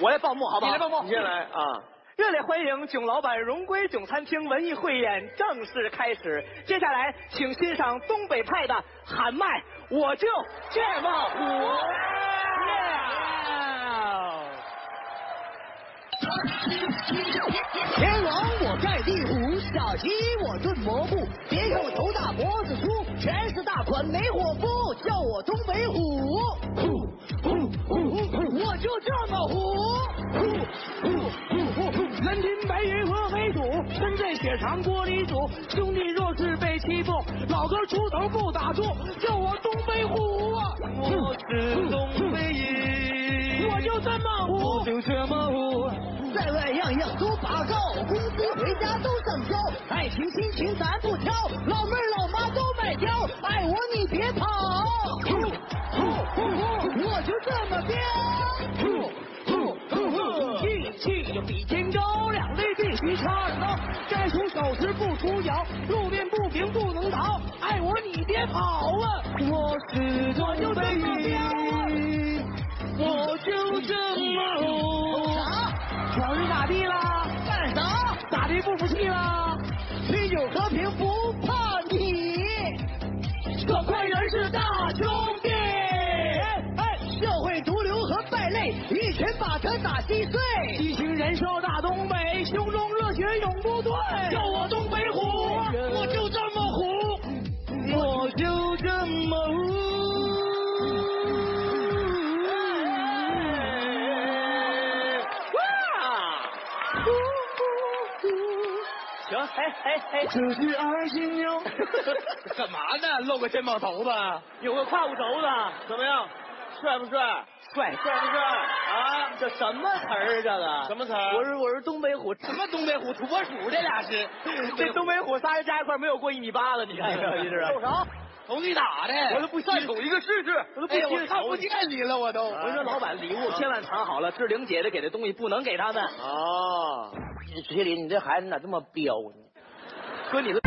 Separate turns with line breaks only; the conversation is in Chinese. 我来报幕好不好？
你来报幕
你先来啊！
热烈欢迎囧老板荣归囧餐厅文艺汇演正式开始。接下来，请欣赏东北派的喊麦，我就这么虎。
天王我盖地虎，小鸡我炖蘑菇，别看我头大脖子粗，全是大款没伙夫，叫我东北虎，虎虎虎虎，我就这么虎，虎虎虎虎，
南秦白云和黑土，身在血肠锅里煮。兄弟若是被欺负，老哥出头不打住，叫我东北虎啊！我是东北人，我就这么虎，我就这么虎。
在外样样都拔高，工资回家都上交，爱情亲情咱不挑，老妹儿老妈都买貂，爱我你别跑，虎虎虎，我就这么彪，虎虎虎虎。
力气就比天高，两肋必须插耳刀，摘除手时不出窑，路面不平不能逃，爱我你别跑啊！我是我就这么啊彪，我就这么虎。
啥？
小子咋地啦？
干啥？
咋的不服气啦？
啤酒和平不怕你，
这块人是大兄弟。
哎，社会毒瘤和败类，一拳把他打击碎。
激情燃烧大东北，胸中热血永不退。叫我东北虎，我就这么虎，我就这么虎。
哇！行，哎哎 哎，
这是二斤肉，
干嘛呢？露个肩膀头吧。
有个胯骨轴的，怎么样？帅不帅？
帅
帅不帅啊？这什么词儿？这个
什么词啊儿
我是我 是东北虎，
什么东北虎、土拨鼠，这俩是
这东北虎仨人加一块没有过一米八哎 的，你
哎
看这意思是？
啥？头你打的，
我都不信
再捅一个试试，
我都不哎
哎呀
信
我看不见你了，我都。
我说老板，礼物千万藏好了，志玲姐姐给的东西不能给他们。
哦，
麒麟，你这孩子咋这么彪呢？哥，你都